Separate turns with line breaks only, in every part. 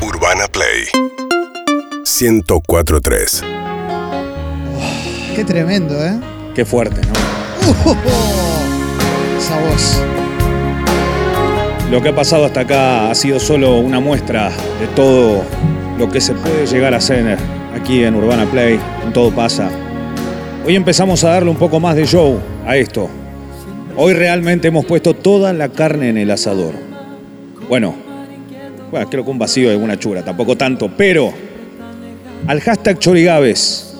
Urbana Play 1043
Qué tremendo, ¿eh?
Qué fuerte, ¿no?
Esa voz.
Lo que ha pasado hasta acá ha sido solo una muestra de todo lo que se puede llegar a hacer aquí en Urbana Play, en Todo Pasa. Hoy empezamos a darle un poco más de show a esto. Hoy realmente hemos puesto toda la carne en el asador. Bueno, bueno creo que un vacío de alguna chura, tampoco tanto, pero al hashtag Chorigaves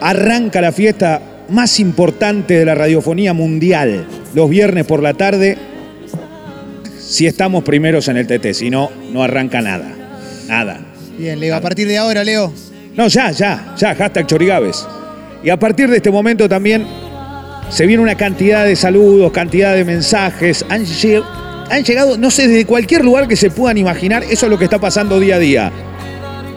arranca la fiesta más importante de la radiofonía mundial, los viernes por la tarde si estamos primeros en el TT, si no, no arranca nada. Nada.
Bien, Leo, a partir de ahora, Leo.
No, ya, ya, ya, hashtag Chorigaves. Y a partir de este momento también se viene una cantidad de saludos, cantidad de mensajes. Han, lle- han llegado, no sé, desde cualquier lugar que se puedan imaginar, eso es lo que está pasando día a día.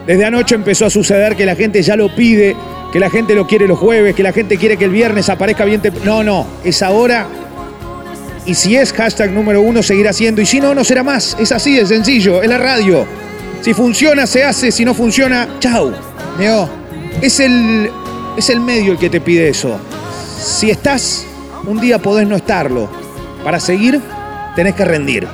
Desde anoche empezó a suceder que la gente ya lo pide, que la gente lo quiere los jueves, que la gente quiere que el viernes aparezca bien. temp- No, no, es ahora. Y si es hashtag número uno, seguirá siendo. Y si no, no será más. Es así de sencillo, es la radio. Si funciona, se hace. Si no funciona, chau.
Leo,
Es el, es el medio el que te pide eso. Si estás, un día podés no estarlo. Para seguir, tenés que rendir.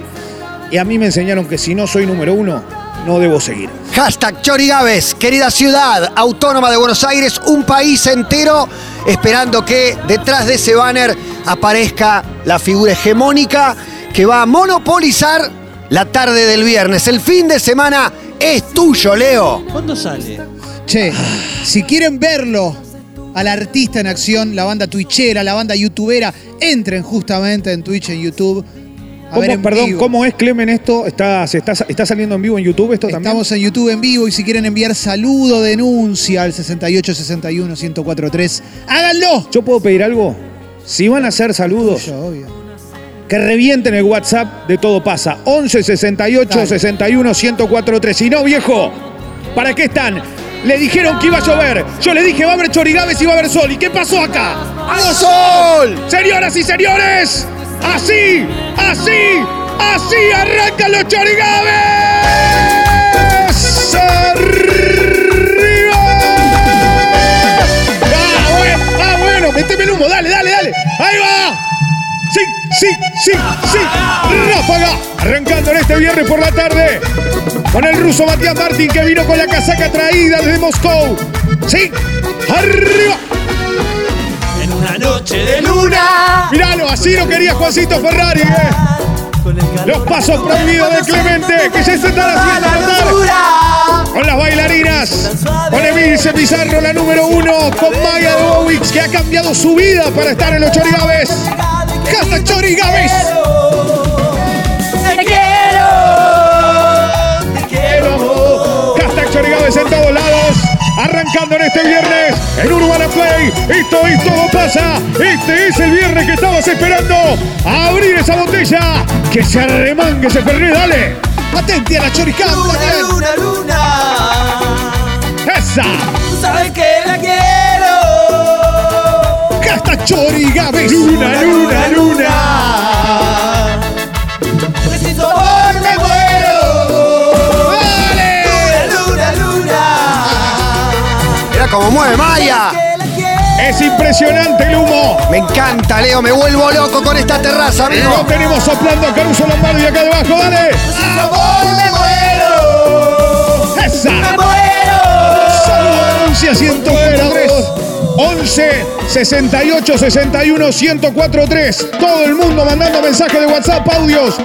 Y a mí me enseñaron que si no soy número uno, no debo seguir.
Hashtag Chorigaves, querida ciudad autónoma de Buenos Aires, un país entero esperando que detrás de ese banner aparezca la figura hegemónica que va a monopolizar la tarde del viernes. El fin de semana es tuyo, Leo.
¿Cuándo sale?
che, si quieren verlo al artista en acción, la banda twitchera, la banda youtubera, entren justamente en Twitch, en YouTube. A
¿Cómo,
ver en
perdón,
vivo.
¿cómo es Clemen esto? ¿Está, se está, ¿Está saliendo en vivo en YouTube esto también?
Estamos en YouTube en vivo y si quieren enviar saludo, denuncia al 6861-1043, háganlo.
¿Yo puedo pedir algo? Si van a hacer saludos,
Yo, obvio.
que revienten el WhatsApp de Todo Pasa. 11 68
Dale.
61 1043. Si no, viejo, ¿para qué están? Le dijeron que iba a llover. Yo le dije, va a haber chorigaves y va a haber sol. ¿Y qué pasó acá? ¡A los
¡Sol!
Señoras y señores, así, así, así arrancan los chorigaves. ¡Arriba! ¡Ah, bueno! ¡Ah, bueno! ¡Méteme el humo! ¡Dale, dale, dale! ¡Ahí va! ¡Sí, sí, sí, sí! ¡Ráfaga! Arrancando en este viernes por la tarde con el ruso Matías Martín que vino con la casaca traída desde Moscú. ¡Sí! ¡Arriba!
En una noche de luna.
Miralo, así lo quería Juancito Ferrari, eh.
Con el calor
Los pasos prohibidos de Clemente, que ya se están haciendo notar. Con las bailarinas, con Emilce Pizarro, la número uno, con Maya Dubowicz, que ha cambiado su vida para estar en los Chorigaves. ¡Casa Chorigaves!
Te quiero. Te quiero.
Hashtag Chorigaves en todos lados. Arrancando en este viernes en Urbana Play. Esto es todo pasa. Este es el viernes que estabas esperando. Abrir esa botella. Que se arremangue ese Ferrer, dale.
Atente a la choricada.
Luna, luna, luna.
¡Esa!
Tú sabes que la quiero.
Casta Chorigaves.
Luna, luna, luna.
Porque sin tu amor me muero. Luna, luna, luna.
Mira cómo mueve Maya.
Que la quiero.
Es impresionante el humo.
Me encanta, Leo, me vuelvo loco con esta terraza,
Lo
amigo.
tenemos soplando a Caruso Lombardi acá debajo, dale.
Sin tu amor me muero. Me
Esa.
muero.
Saludos, denuncia 143. 11 68 61 1043. Todo el mundo mandando mensajes de WhatsApp, audios.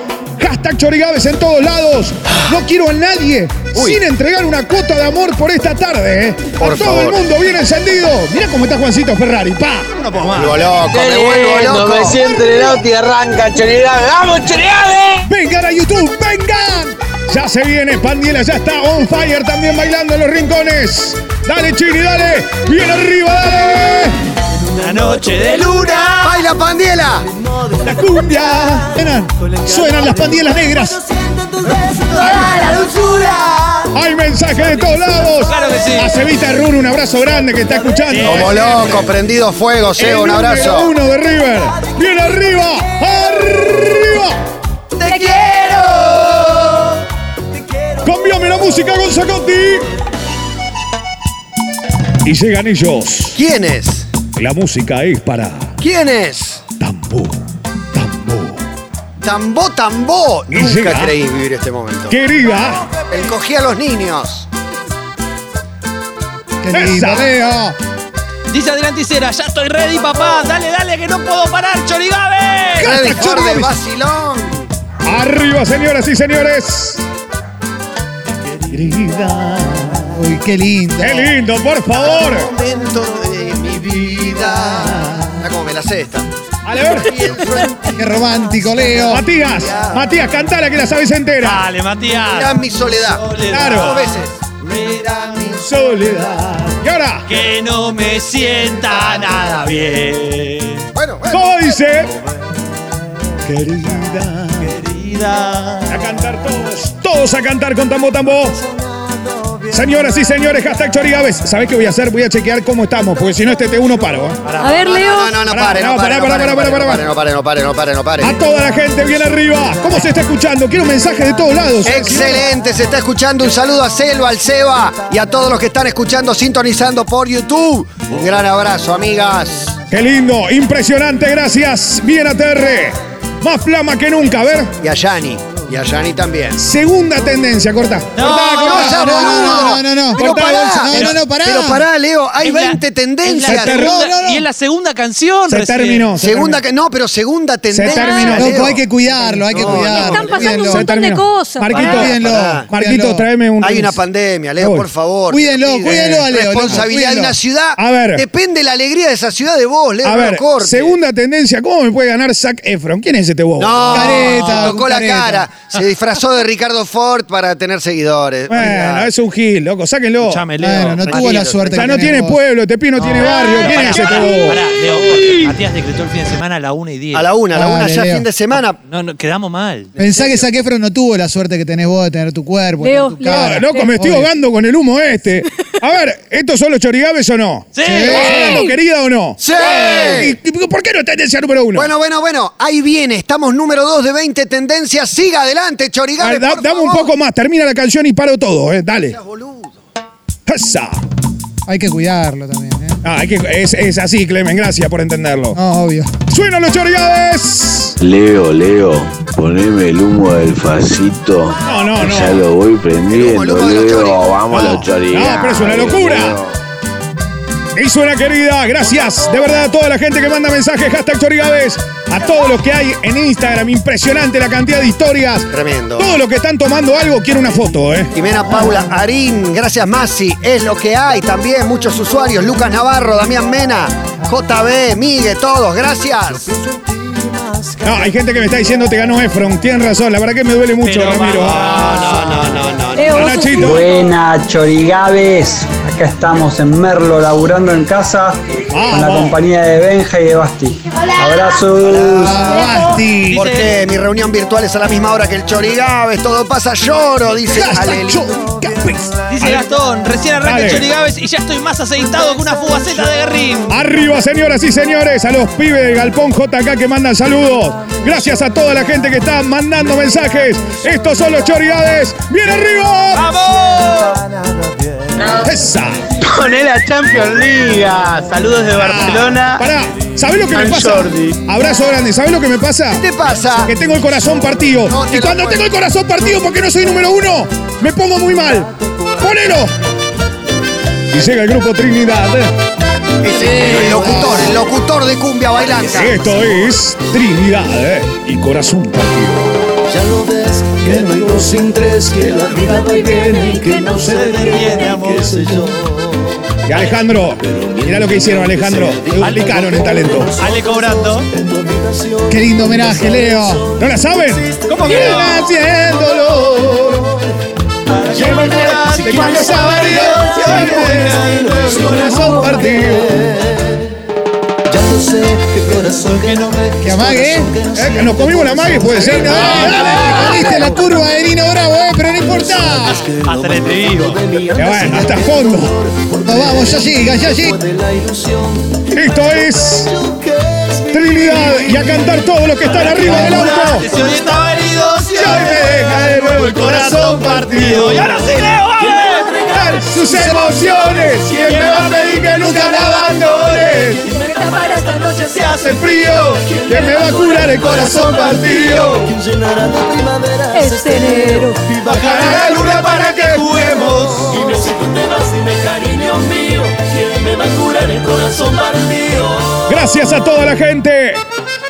Hashtag Chorigaves en todos lados. No quiero a nadie
Uy.
sin entregar una cuota de amor por esta tarde. ¿eh?
Por
a todo el
favor.
mundo bien encendido. Mira cómo está Juancito Ferrari. Pa.
Me vuelvo loco, me vuelvo
lindo, me
loco.
siento en el auto y arranca Chorigabe. ¡Vamos, Chorigabe!
¡Vengan a YouTube! ¡Vengan! Ya se viene, Pandiela ya está on fire también bailando en los rincones. Dale, Chini, dale. Bien arriba, dale.
Una noche de luna.
¡Baila, Pandiela!
La cumbia. Enan, Suenan las pandielas negras.
Cuando siento en tus besos toda la dulzura.
Hay mensajes de todos lados.
Claro que sí.
A Cevita Run, un abrazo grande que está escuchando.
Como loco, prendido fuego, Seba, un
El número
abrazo.
uno de River. Bien arriba. Arriba.
Te quiero. Te quiero.
Cambiame la música, Gonzacotti. Y llegan ellos.
¿Quién es?
La música es para
¿Quién es?
tambor, tambor.
Tambó, tambó.
Y
Nunca
llega.
creí vivir este momento.
Querida,
Encogí a los niños.
¡Qué lindo,
Esa.
Leo!
Dice Adrián Tisera, ya estoy ready, papá. Dale, dale, que no puedo parar, Chorigabe.
Gran
Canta,
score
Chorigabe.
de vacilón.
arriba, señoras y señores.
Uy, qué lindo.
¡Qué lindo, por favor!
Momento de mi vida. Ah, cómo me la sé esta.
A ver,
Pienso en ti,
Qué romántico, Leo.
Matías, Matías, cantala que la sabes entera.
Ah.
Dale, Matías.
Mirá mi soledad.
Soledad.
Dos veces.
Mira mi
Soledad. Y ahora,
que no me sienta nada bien.
Bueno, bueno.
¿cómo dice? Querida.
Querida.
A cantar todos, todos a cantar con tambo tambo. Señoras y señores, hashtag Chorigaves. ¿Sabés qué voy a hacer? Voy a chequear cómo estamos, porque si no este T1 paro. ¿eh?
A ver, Leo.
No, no, no,
Pará,
pare, no,
no,
pare,
pará, pará,
no, pare, no,
pará, pará,
pare, no, pare, no, pare, no, pare, no, pare.
A toda la gente bien arriba. ¿Cómo se está escuchando? Quiero mensajes de todos lados.
Excelente, se está escuchando. Un saludo a Selva, al Seba y a todos los que están escuchando, sintonizando por YouTube. Un gran abrazo, amigas.
Qué lindo, impresionante, gracias. Bien ATR. Más flama que nunca, a ver.
Y a Yani. Y a Yani también.
Segunda tendencia, corta. corta,
no,
corta.
ya,
no,
boludo.
no, no, no, no.
Pero
Cortá,
pará.
Gonza. No,
Pero-
no, no, pará.
Pero pará, Leo, hay
Es la-
20
es
tendencias.
la segunda-
No, no, no.
Y es la segunda canción.
se
recién.
terminó. se
Segunda
terminó.
que. No, pero segunda tendencia.
terminó.
Leo.
Loco, hay que cuidarlo, hay que
No, no,
cuidarlo.
están
pasando un
Cuídenlo.
montón de
terminó.
cosas.
Marquito,
Pará,
Cuídenlo.
pará.
Marquito,
Cuídenlo.
tráeme un.
Hay una
Twinks.
pandemia, Leo,
Voy.
por favor.
Cuídenlo,
Piden
cuídenlo a Leo, loco,
Responsabilidad de
cuídenlo.
una ciudad.
A ver.
Depende la alegría de esa ciudad de vos, Leo.
A
no
ver,
lo cortes.
segunda tendencia, ¿cómo me puede ganar Zac Efron? ¿Quién es este bobo?
No,
Careta,
tocó la
careta.
cara. Se disfrazó de Ricardo Ford para tener seguidores.
Bueno,
Mirá.
es un gil, loco, sáquenlo.
Escuchame, Leo.
Bueno, no tuvo
Tranquilo,
la suerte.
O sea,
que
no
tenés
tiene
vos.
pueblo, Tepi no tiene barrio. ¿Quién
Ah, Pará,
es este
pará,
bobo?
pará, Leo, porque Matías decretó el fin de semana a la 1 y 10.
A la una, a la una
Dale,
ya
Leo.
fin de semana.
No, no, quedamos mal.
Pensá que Zac Efron no tuvo la suerte que tenés vos de tener tu cuerpo. de
Leo,
tener tu
Leo.
cara.
Ah, loco, me estoy
Obvio.
ahogando con el humo este. A ver, ¿estos son los chorigaves o no?
¡Sí!
¿Estamos hablando, querida o no?
¡Sí!
¿Y y por qué no está tendencia número uno?
Bueno, bueno, bueno. Ahí viene. Estamos número 2 de 20 tendencias. Siga adelante,
Ah,
Chorigame.
da-
por
dame un
favor.
poco más, termina la canción y paro todo, eh. Dale.
Boludo.
Esa.
Hay que cuidarlo también, ¿eh?
Ah, hay que- es, es así, Clemen, gracias por entenderlo.
No, obvio.
¡Suenan los chorigaves!
Leo, Leo, poneme el humo del facito.
No, no, no.
Ya lo voy
El humo,
prendiendo,
el humo de los
Leo.
chorizos.
Vamos
No,
a los chorigaves.
no, Ah, pero es una locura.
Leo.
Y suena querida, gracias de verdad a toda la gente que manda mensajes, hashtag Chorigaves, a todos los que hay en Instagram, impresionante la cantidad de historias.
Tremendo.
Todos los que están tomando algo quieren una foto, ¿eh?
Jimena Paula Arín, gracias Masi, es lo que hay también, muchos usuarios, Lucas Navarro, Damián Mena, JB, Migue, todos, gracias.
No, hay gente que me está diciendo te ganó Efron, tienen razón, la verdad que me duele mucho,
Pero
Ramiro.
vamos, no, no, no, no, no.
Leo,
Ah,
vos sos
Nachito.
un-
Buena Chorigaves, acá estamos en Merlo laburando en casa con la
Vamos.
compañía de Benja y de Basti. Abrazos.
Ah, Basti.
Porque mi reunión virtual es a la misma hora que el Chorigaves, todo pasa lloro, dice
Hashtag
Aleli.
Chorigaves.
Dice Gastón, recién arranca
Dale.
el Chorigaves y ya estoy más aceitado que una fugaceta de Guerrín.
Arriba, señoras y señores, a los pibes del Galpón JK que mandan saludos. Gracias a toda la gente que está mandando mensajes. Estos son los Chorigaves. ¡Bien arriba!
¡Vamos!
¡Esa!
Poné la Champions League. Saludos de Barcelona.
Pará, ¿sabés lo que me
Al
pasa?
Jordi.
Abrazo grande, ¿sabés lo que me pasa?
¿Qué te pasa?
Que tengo el corazón partido.
No, te
y
lo
cuando
puedo.
tengo el corazón partido porque no soy número uno, me pongo muy mal. ¡Ponelo! Y llega el grupo Trinidad.
Ese, el locutor, el locutor de cumbia bailando.
Eh, Esto es Trinidad ¿eh? y corazón partido.
Ya lo ves, que no hay dos sin tres, que la vida va y viene y que no se detiene, qué sé yo.
Y Alejandro, mirá lo que hicieron, Alejandro. Me duplicaron el talento.
Ale cobrando.
En tu habitación,
Qué lindo homenaje, Leo.
¿No la saben?
¿Cómo que
Bien
no?
haciéndolo.
Cuando se abrió, se abrió el corazón
eh,
partido.
ya lo sé, que corazón que no ve,
Que amague, ¿eh?
Eh, que nos comimos la mague, puede ser.
Ah,
No, dale, corriste la curva de Nino Bravo, ¿eh? Pero no importa.
Atletivo.
Ya bueno, hasta el fondo.
Nos vamos, ya llega, ya llega.
Esto es Trinidad y a cantar todos los que están arriba del auto.
Se oye esta herida. partidos y
Y hoy me deja de nuevo el corazón partido.
Y ahora sí, Leo, vamos.
Dar sus emociones. Y él me va a pedir que nunca la abandone. Se hace frío. Y él me va a curar el corazón partido.
Quien llenará la primavera
Este enero.
y
Bajará
bajará
la luna para que juguemos.
Dime si tú te vas, dime cariño mío, ¿quién me va a curar el corazón partido?
Gracias a toda la gente.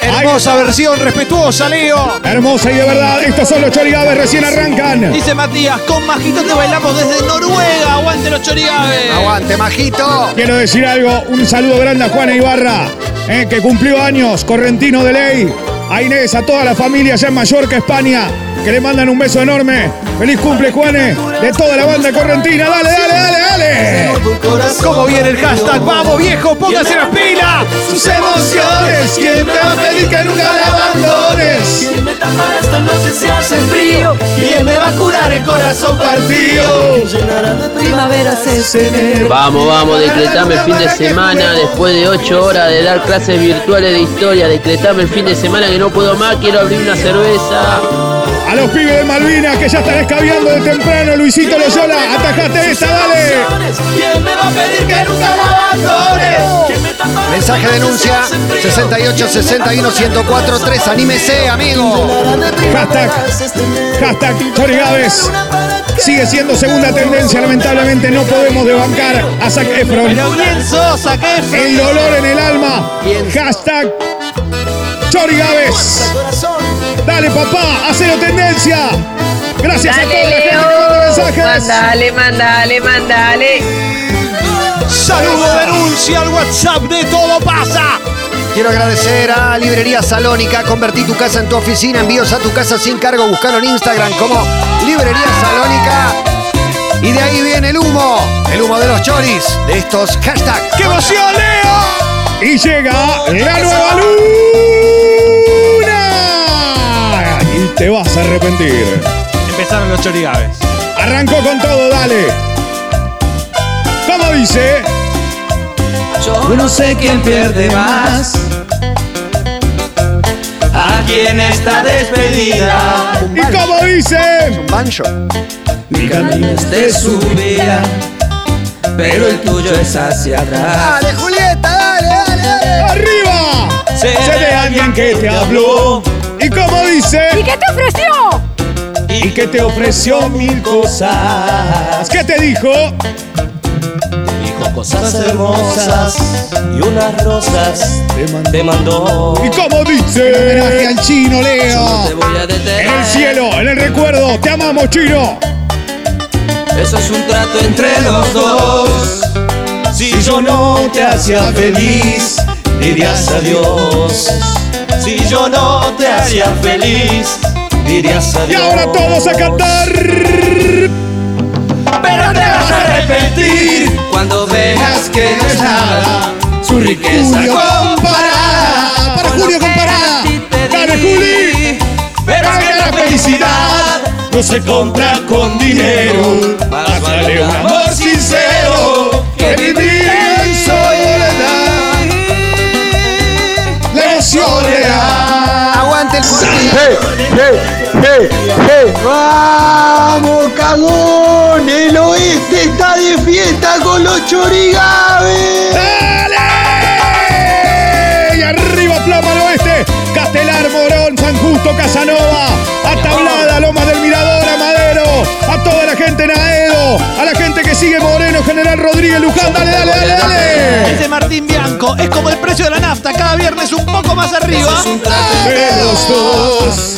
Hermosa versión, respetuosa, Leo.
Hermosa y de verdad, estos son los chorigabes, recién arrancan.
Dice Matías, con Majito te bailamos desde Noruega. Aguante los chorigabes.
Aguante, majito.
Quiero decir algo, un saludo grande a Juana Ibarra, eh, que cumplió años, correntino de ley, a Inés, a toda la familia allá en Mallorca, España, que le mandan un beso enorme. Feliz cumple, Juane, de toda la banda correntina. Dale, dale, dale, dale.
¿Cómo
viene el hashtag? Vamos, viejo, póngase las pilas.
Sus emociones. Y él me va a pedir que nunca la abandones.
¿Quién me tapará esta noche si hace frío?
¿Quién me va a curar el corazón partido?
Llenará de
Primaveras es
enero.
Vamos, vamos, decretame el fin de semana después de 8 horas de dar clases virtuales de historia. Decretame el fin de semana que no puedo más, quiero abrir una cerveza.
A los pibes de Malvinas que ya están escabeando de temprano, Luisito Loyola, atajate esta, dale.
¿Quién me va a pedir que nunca la abandone?
Mensaje de denuncia 68 61 104 3. Anímese, amigo.
Hashtag, hashtag Chori Gávez. Sigue siendo segunda tendencia, lamentablemente no podemos debancar a Zac Efron.
Pero bien Sosa, qué
El dolor en el alma. Hashtag Chori Gávez. Dale, papá, hacelo tendencia. Gracias a toda la gente que mandó mensajes.
mandale, mandale.
Saludo, denuncia al WhatsApp de Todo Pasa.
Quiero agradecer a Librería Salónica. Convertí tu casa en tu oficina. Envíos a tu casa sin cargo. Buscalo en Instagram como Librería Salónica. Y de ahí viene el humo. El humo de los choris. De estos hashtags.
¡Qué emoción, Leo!
Y llega la nueva luna. Y te vas a arrepentir.
Empezaron los chorigabes.
Arrancó con todo, dale. ¿Cómo dice?
Yo no sé quién pierde más.
¿A quién está despedida?
Un
¿Y
bancho.
cómo dice?
Un bancho.
Mi camino es de subida, pero el tuyo es hacia atrás.
Dale, Julieta, dale, dale, dale.
¡Arriba!
Sé
Sé de alguien que te habló. ¿Y cómo
¿Y
dice?
qué te ofreció?
Y que te ofreció mil cosas. ¿Qué te dijo?
Dijo cosas hermosas y unas rosas
Te mandó.
te mandó.
¿Y cómo
Homenaje
dice?
al chino,
Te
Leo.
voy a
En el
detener.
cielo, en el recuerdo, te amamos, chino.
Eso es un trato
Entre los dos, si yo no te hacía feliz, dirías adiós. Si yo no te hacía feliz, dirías
Y
adiós.
ahora todos a cantar.
Pero te vas a arrepentir.
Cuando veas que no es nada,
su riqueza
Julio
comparada.
comparada. Para Julio comparada.
¡Dale, Juli!
Pero que la felicidad no se compra con dinero. Más vale un amor sincero que vivir en soledad. La emoción le da.
Aguante el cuerpo.
¡Vamos, cagón! ¡El oeste está de fiesta con los chorigaves!
¡Dale! Y arriba Plama al Oeste, Castelar, Morón, San Justo, Casanova, Atablada, Loma del Mirador, a Madero, a toda la gente en Aedo, a la gente que sigue Moreno, General Rodríguez, Luján, dale, dale, dale, dale.
Dice Martín Bianco, es como el precio de la nafta, cada viernes un poco más arriba.
Pero los dos,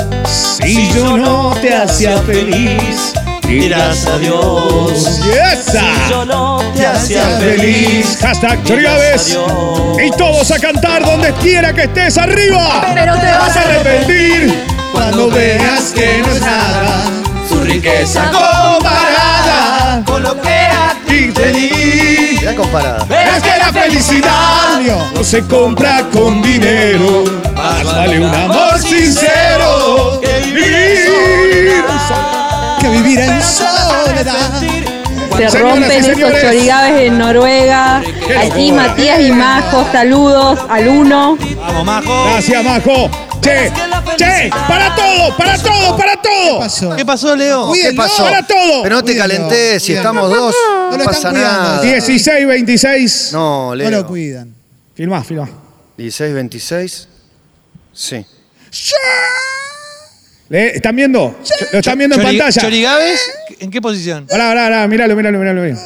si yo no te hacía feliz,
Dirás adiós.
y esa.
Yo no te hacía
Feliz,
feliz.
hashtag Chorigaves.
adiós.
Y todos a cantar donde quiera que estés, arriba.
Pero te vas a
arrepentir.
Cuando veas que no es nada, su riqueza comparada con lo que a ti te di.
Ya comparada.
Verás que la felicidad
No se compra con dinero, más vale un amor sincero que vivir.
Que vivir en soledad.
Se
Señoras y
rompen esos
señores.
chorigabes en Noruega.
Qué
Aquí
locura.
Matías y Majo, saludos al uno.
Vamos, Majo.
Gracias, Majo. Che, che, para todo, para todo, para todo. ¿Qué
pasó?
¿Qué pasó, Leo?
¿Qué pasó?
Para todo.
Pero no te
Cuídenlo,
calentes, si
cuídenlo.
estamos dos,
No
no,
lo
pasa
están cuidando.
nada.
16, 26.
No,
No
Leo.
lo cuidan.
Filmá, filmá.
16, 26. Sí.
¿Le- ¿Están viendo? ¿Lo están viendo en
Chori-
pantalla?
¿Chorigabes? ¿En qué posición?
Pará, pará, pará, míralo, míralo, míralo bien.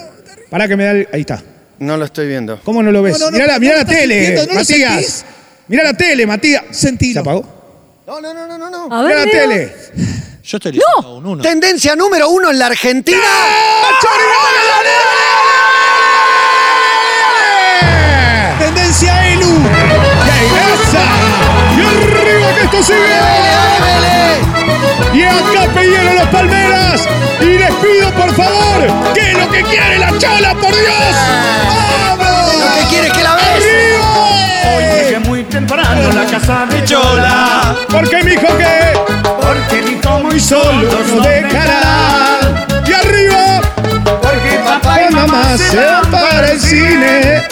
Pará que me da el- Ahí está.
No lo estoy viendo.
¿Cómo no lo ves?
No, no, no,
mirá la,
no
mirá
lo
la
estás
tele,
sintiendo, ¿no lo
Matías.
sentís?
Mirá la tele, Matías. ¿Se
Sentilo.
apagó?
No, no, no, no, no.
A
Mirá
ver,
la
Leo.
tele.
Yo estoy listo. Un uno.
Tendencia número uno en la Argentina.
Tendencia ELU.
¡Y ahí pasa! ¡Y arriba que esto sigue! ¡Y acá pidieron los palmeras! ¡Y les pido por favor que es lo que quiere la chola, por Dios! ¡Vamos!
Lo que quiere es que la ves.
¡Arriba!
muy temprano la casa de Chola.
Porque mi hijo que
Porque dijo muy
solo nos dejará. ¡Y arriba!
Porque
Ay, mamá se van para el cine.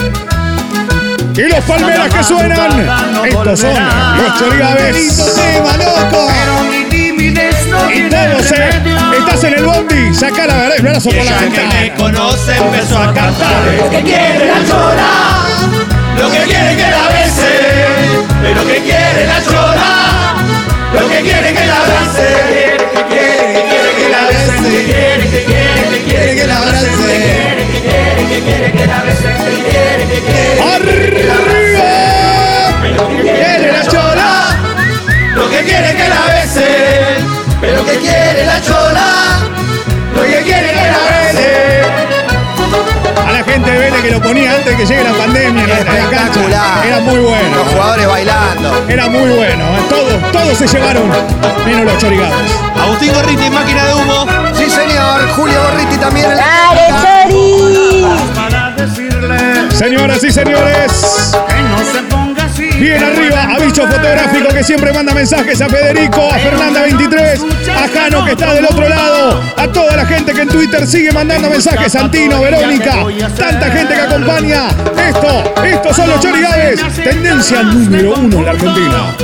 Y los palmeras que suenan, estos son los
Lindo
chorigaves.
tema, loco.
mi timidez no
Y te lo sé, estás en el bondi, saca la verdad y brazo por la ventana.
conoce empezó a cantar Lo que quiere la llora Lo que quiere que la bese Lo que quiere la llora Lo que quiere que la bese Que quiere, que quiere que la bese Que quiere, que quiere, que quiere que la abrace Que quiere, que quiere que la bese Que quiere, que quiere
¡Arriba!
Lo que quiere la chola, lo que quiere que la bese, pero que quiere la chola, lo que quiere que la bese.
A la gente de Vélez que lo ponía antes de que llegue la pandemia en la- en la cancha.
Espectacular.
Era muy
Los
bueno,
jugadores bailando.
era muy bueno. ¿eh? Todos, todos se llevaron, menos los chorigaves.
Agustín Gorriti, máquina de humo.
Sí, señor. Julio Gorriti también. en la-
¡Dale, Chori!
Para decirle
Señoras y señores,
que no se ponga así.
bien arriba a Bicho Fotográfico que siempre manda mensajes a Federico, a Fernanda 23, a Jano que está del otro lado, a toda la gente que en Twitter sigue mandando mensajes, Santino, Verónica, tanta gente que acompaña. Esto, estos son los Chorigaves, tendencia número uno en la Argentina.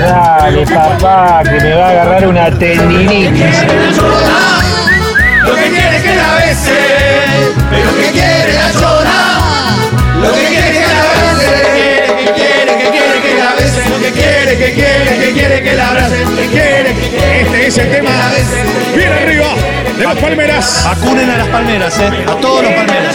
Dale, papá, que me va a agarrar una tendinitis.
Lo que quiere que la bese, pero que quiere la chola, lo que quiere que la bese, que quiere, que quiere que la bese, lo que quiere, que quiere, que quiere que la abrace, que quiere, que quiere.
Este es el tema, bien arriba de los Palmeras.
Vacunen a las palmeras, ¿eh? A todos los palmeras.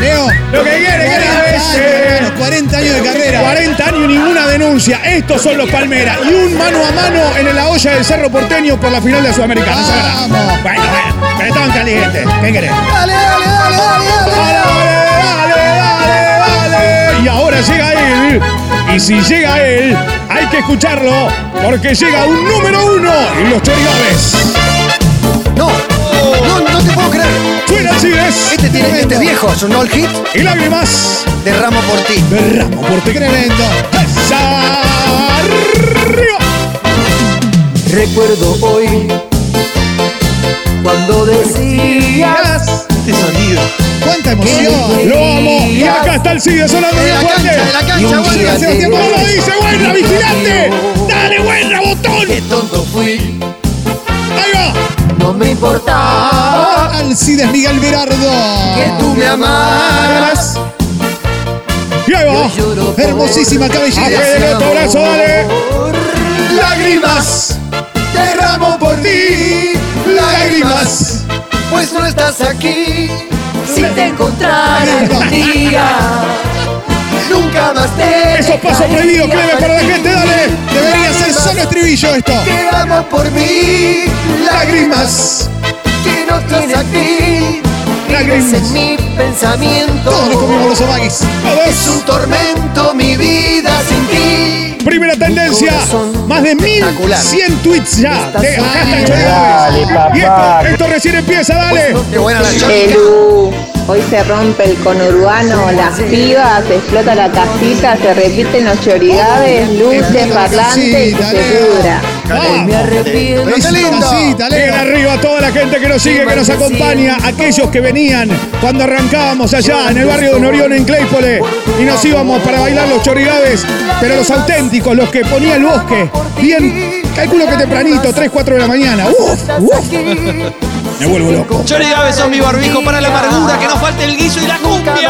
Leo.
Lo que quiere que la
40 años,
bese.
hermano, 40 años de carrera.
40 años y ninguna denuncia. Estos son los Palmeras. Y un mano a mano en la olla del Cerro Porteño por la final de la Sudamericana.
Vamos.
Bueno, bueno, pero estaban calientes. ¿Qué querés?
Dale, dale, dale, dale, dale.
Dale, dale, dale, dale, dale. Y ahora llega él. Y si llega él, hay que escucharlo porque llega un número uno y los Chorigaves.
No, no, no te puedo creer.
Suena Chives
Este tiene este es viejo, es un all hit
y lágrimas
de Ramo por ti.
de Ramo Porteño.
Tremendo.
¡Esa! ¡Arriba!
Recuerdo hoy cuando decías
Este sonido.
Cuánta emoción.
Lo amo. Y acá está el Cid sonando
De
bien
la
fuerte.
cancha, de la cancha,
Llega Sebastián
vuelve.
Córdoba, dice buena, vigilante. Dale buena, botón.
tonto fui,
Ahí va.
no me importaba
Alcides Miguel
que
Berardo.
tú me amaras.
Y ahí va.
Lloro por
Hermosísima
A
cabellera.
Fede Loto, abrazo, dale.
Lágrimas derramo por ti. Lágrimas, pues no estás aquí.
Si te encontrara algún día,
Nunca más te
Esos pasos prohibidos, Clemen, para la gente, dale.
Debería ser solo estribillo esto.
quedamos por mí. Lágrimas, que no estás aquí. Vives en mi pensamiento.
Todos nos comimos los obagis.
Es un
Todos.
tormento mi vida sin ti.
Primera tendencia. Más de
Espectacular.
1100 tweets ya. De hashtag Chorigaves.
Dale,
Y
papá.
esto, esto recién empieza, dale.
Qué buena la chónica.
Elu, hoy se rompe el conurbano, las pibas, se explota la casita, se repiten los chorigabes, luces, parlantes y que se pudra.
Vamos.
Me arrepiento.
Pero está lindo.
Sí,
Está lindo.
Bien arriba a toda la gente que nos sigue, que nos acompaña, aquellos que venían cuando arrancábamos allá en el barrio de Norión en Claypole y nos íbamos para bailar los chorigaves, pero los auténticos, los que ponía el bosque, bien, calculo que tempranito, 3, 4 de la mañana. Uf, uf. Me vuelvo loco.
Chori Gabe son mi barbijo para la amargura, que no falte el guiso y la cumbia.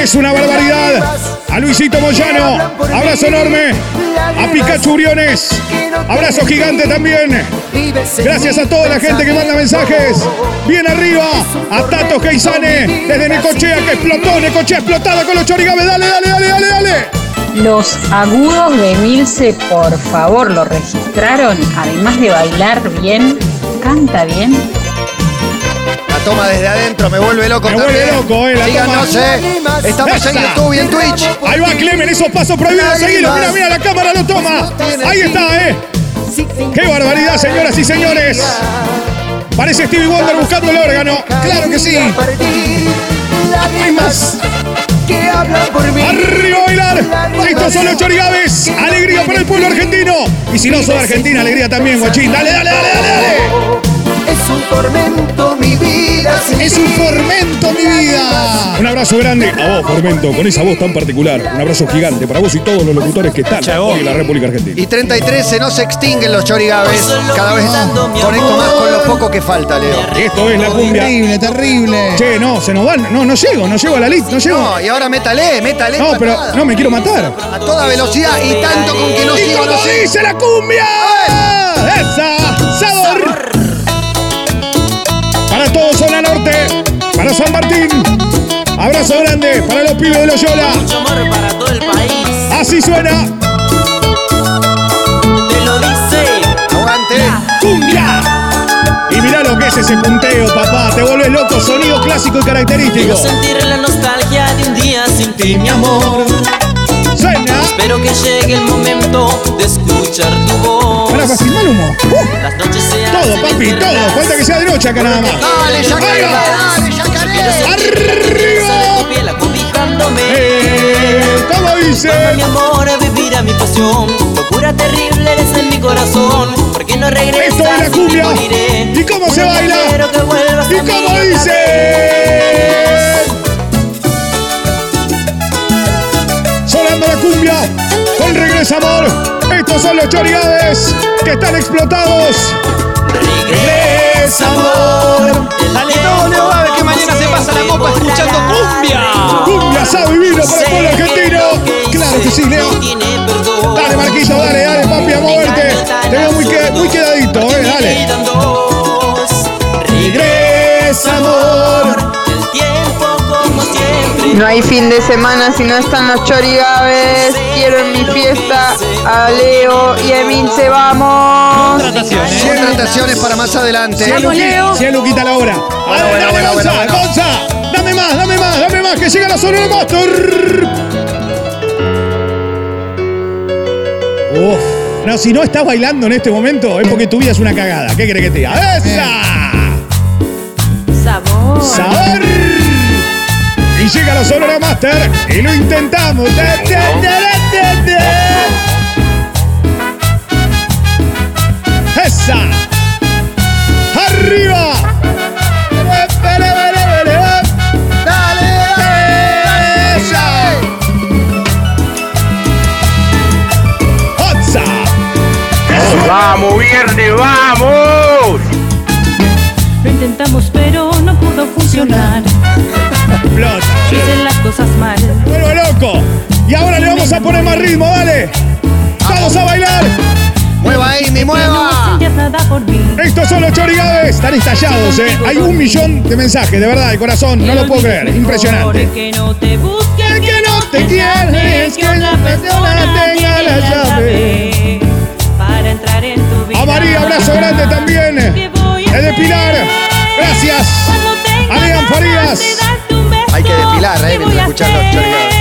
Es una barbaridad. A Luisito Moyano, abrazo enorme. A Pikachu Uriones, abrazo gigante también. Gracias a toda la gente que manda mensajes. Bien arriba, a Tato Geisane, desde Necochea, que explotó. Necochea explotada con los chorigames. Dale, dale, dale, dale, dale.
Los agudos de Milce, por favor, lo registraron. Además de bailar bien, canta bien.
La toma desde adentro, me vuelve loco
Me vuelve
también.
loco, eh, la
Síganos,
toma.
eh. Estamos en
Esa.
YouTube y en Twitch.
Ahí va Clemen, esos pasos prohibidos. Seguilo, mira, mira, la cámara lo toma. Ahí está, eh. ¡Qué barbaridad, señoras y señores! Parece Stevie Wonder buscando el órgano. ¡Claro que sí!
Lágrimas que hablan por mí.
¡Arriba a bailar! ¡Estos son los chorigaves! ¡Alegría para el pueblo argentino! Y si no son Argentina, alegría también, guachín. ¡Dale, dale, dale, dale!
Es un tormento mi vida.
Es un tormento, mi vida.
Un abrazo grande a vos, Formento, con esa voz tan particular. Un abrazo gigante para vos y todos los locutores que están hoy en la República Argentina.
Y 33 se nos extinguen los chorigaves. Cada vez conecto más con lo poco que falta, Leo.
Esto es la cumbia.
Terrible, terrible.
Che, no, se nos van. No, no llego, no llego a la lista, no llego.
No, y ahora métale, métale.
No, pero
patada.
no me quiero matar.
A toda velocidad y tanto con que no
Y
sigo,
como
no sigo.
dice la cumbia. Esa, ¡Eh! sabor. Para todo zona norte, para San Martín. Abrazo grande para los pibes de Loyola.
Mucho amor para todo el país.
Así suena.
Te lo dice.
Aguante.
¡Cumbia! Y mirá lo que es ese punteo, papá. Te vuelves loco, sonido clásico y
Quiero
característico.
sentir la nostalgia de un día sin ti, mi amor.
Suena.
Espero que llegue el momento de escuchar tu voz.
Para fácil mal humo. Uh,
Las noches se
pues, todo, papi, todo. Falta que sea de noche acá nada más.
Dale,
Ahí
yacaré,
va.
dale,
¡Arriba! piel acobijándome.
Eh, ¿Cómo dice?
Vuelve, mi amor, a vivir a mi pasión. Locura terrible eres en mi corazón. ¿Por qué no regresas?
Esto es la cumbia.
Me moriré.
¿Y cómo se
Porque
baila?
quiero que vuelvas
¿Y
a mí
cómo
otra
dice?
vez.
Sonando la cumbia con Regresa Amor. Estos son los chorigades que están explotados.
Regresa, amor.
Dale todo, Leo Gabe, que mañana se pasa la copa escuchando cumbia.
Cumbia, sabe y vino para el pueblo argentino. Claro que sí, Leo. Dale, Marquito, dale, dale, papi, a moverte. Te veo muy, que- muy quedadito, eh, dale.
Regresa, amor.
No hay fin de semana si no están los chorigaves. Quiero en mi fiesta a Leo y a Emilce, vamos.
Contrataciones.
100 trataciones para más adelante.
Cielo, Luquita la hora. Dale,
bueno,
dale,
bueno,
Gonza,
bueno, bueno.
Gonza. Dame más, dame más, dame más, que llega la zona del Monster. Uf. No, si no estás bailando en este momento es porque tu vida es una cagada. ¿Qué querés que te diga? ¡Esa!
Sabor.
¡Sabor! Y llega la Sonora Master y lo intentamos. Da, da, da, da, da, da. ¡Esa! ¡Arriba! ¡Esa! ¡Otsa!
¡Vamos, viernes, vamos!
Lo intentamos pero no pudo funcionar.
Explota.
Hice las cosas mal.
¡Vuelvo loco! Y ahora le vamos a poner más ritmo, dale. ¡Vamos a bailar!
¡Mueva ahí, mi mueva!
Ya nada por mí.
Estos son los chorigaves. Están estallados, eh. Hay un millón de mensajes, de verdad, de corazón. No lo puedo creer. Impresionante.
Que no te busque
El que no te quiere es que la persona tenga la llave.
para entrar en tu vida.
A María, abrazo grande también. El de Pilar. Gracias. A Lean Farías.
Hay que depilar, eh, mientras escuchas los chorigaves.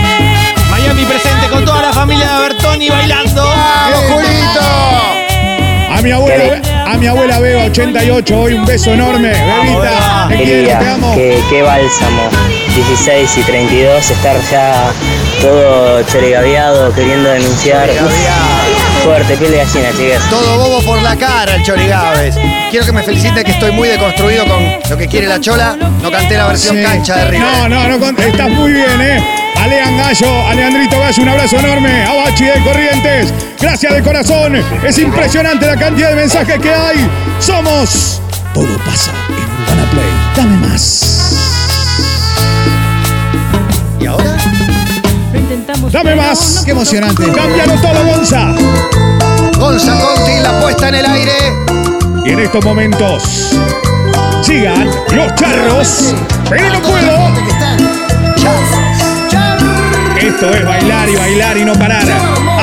Miami presente con toda la familia de Bertoni bailando.
¡Vamos, Julito!
A mi abuela, a mi abuela Beba 88, hoy un beso enorme. Bebita, te quiero, te amo.
Qué, qué bálsamo. 16 y 32, estar ya todo chorigabeado, queriendo denunciar. Uf,
fuerte, piel de gallina, chicas.
Todo bobo por la cara el Chori Gávez. Quiero que me felicite que estoy muy deconstruido con lo que quiere la Chola. No canté la versión
Sí.
cancha de River.
No, no, no conté. Estás muy bien, ¿eh? Alean Gallo, Alejandrito Gallo, un abrazo enorme. A Bachi de Corrientes, gracias de corazón. Es impresionante la cantidad de mensajes que hay. Somos. Todo pasa en Urbana Play. Dame más.
¿Y ahora?
Dame más.
Qué emocionante.
Cámbialo todo, Gonza.
Gonza Conti, la puesta en el aire.
Y en estos momentos sigan los charros. Pero no puedo. Esto es bailar y bailar y no parar.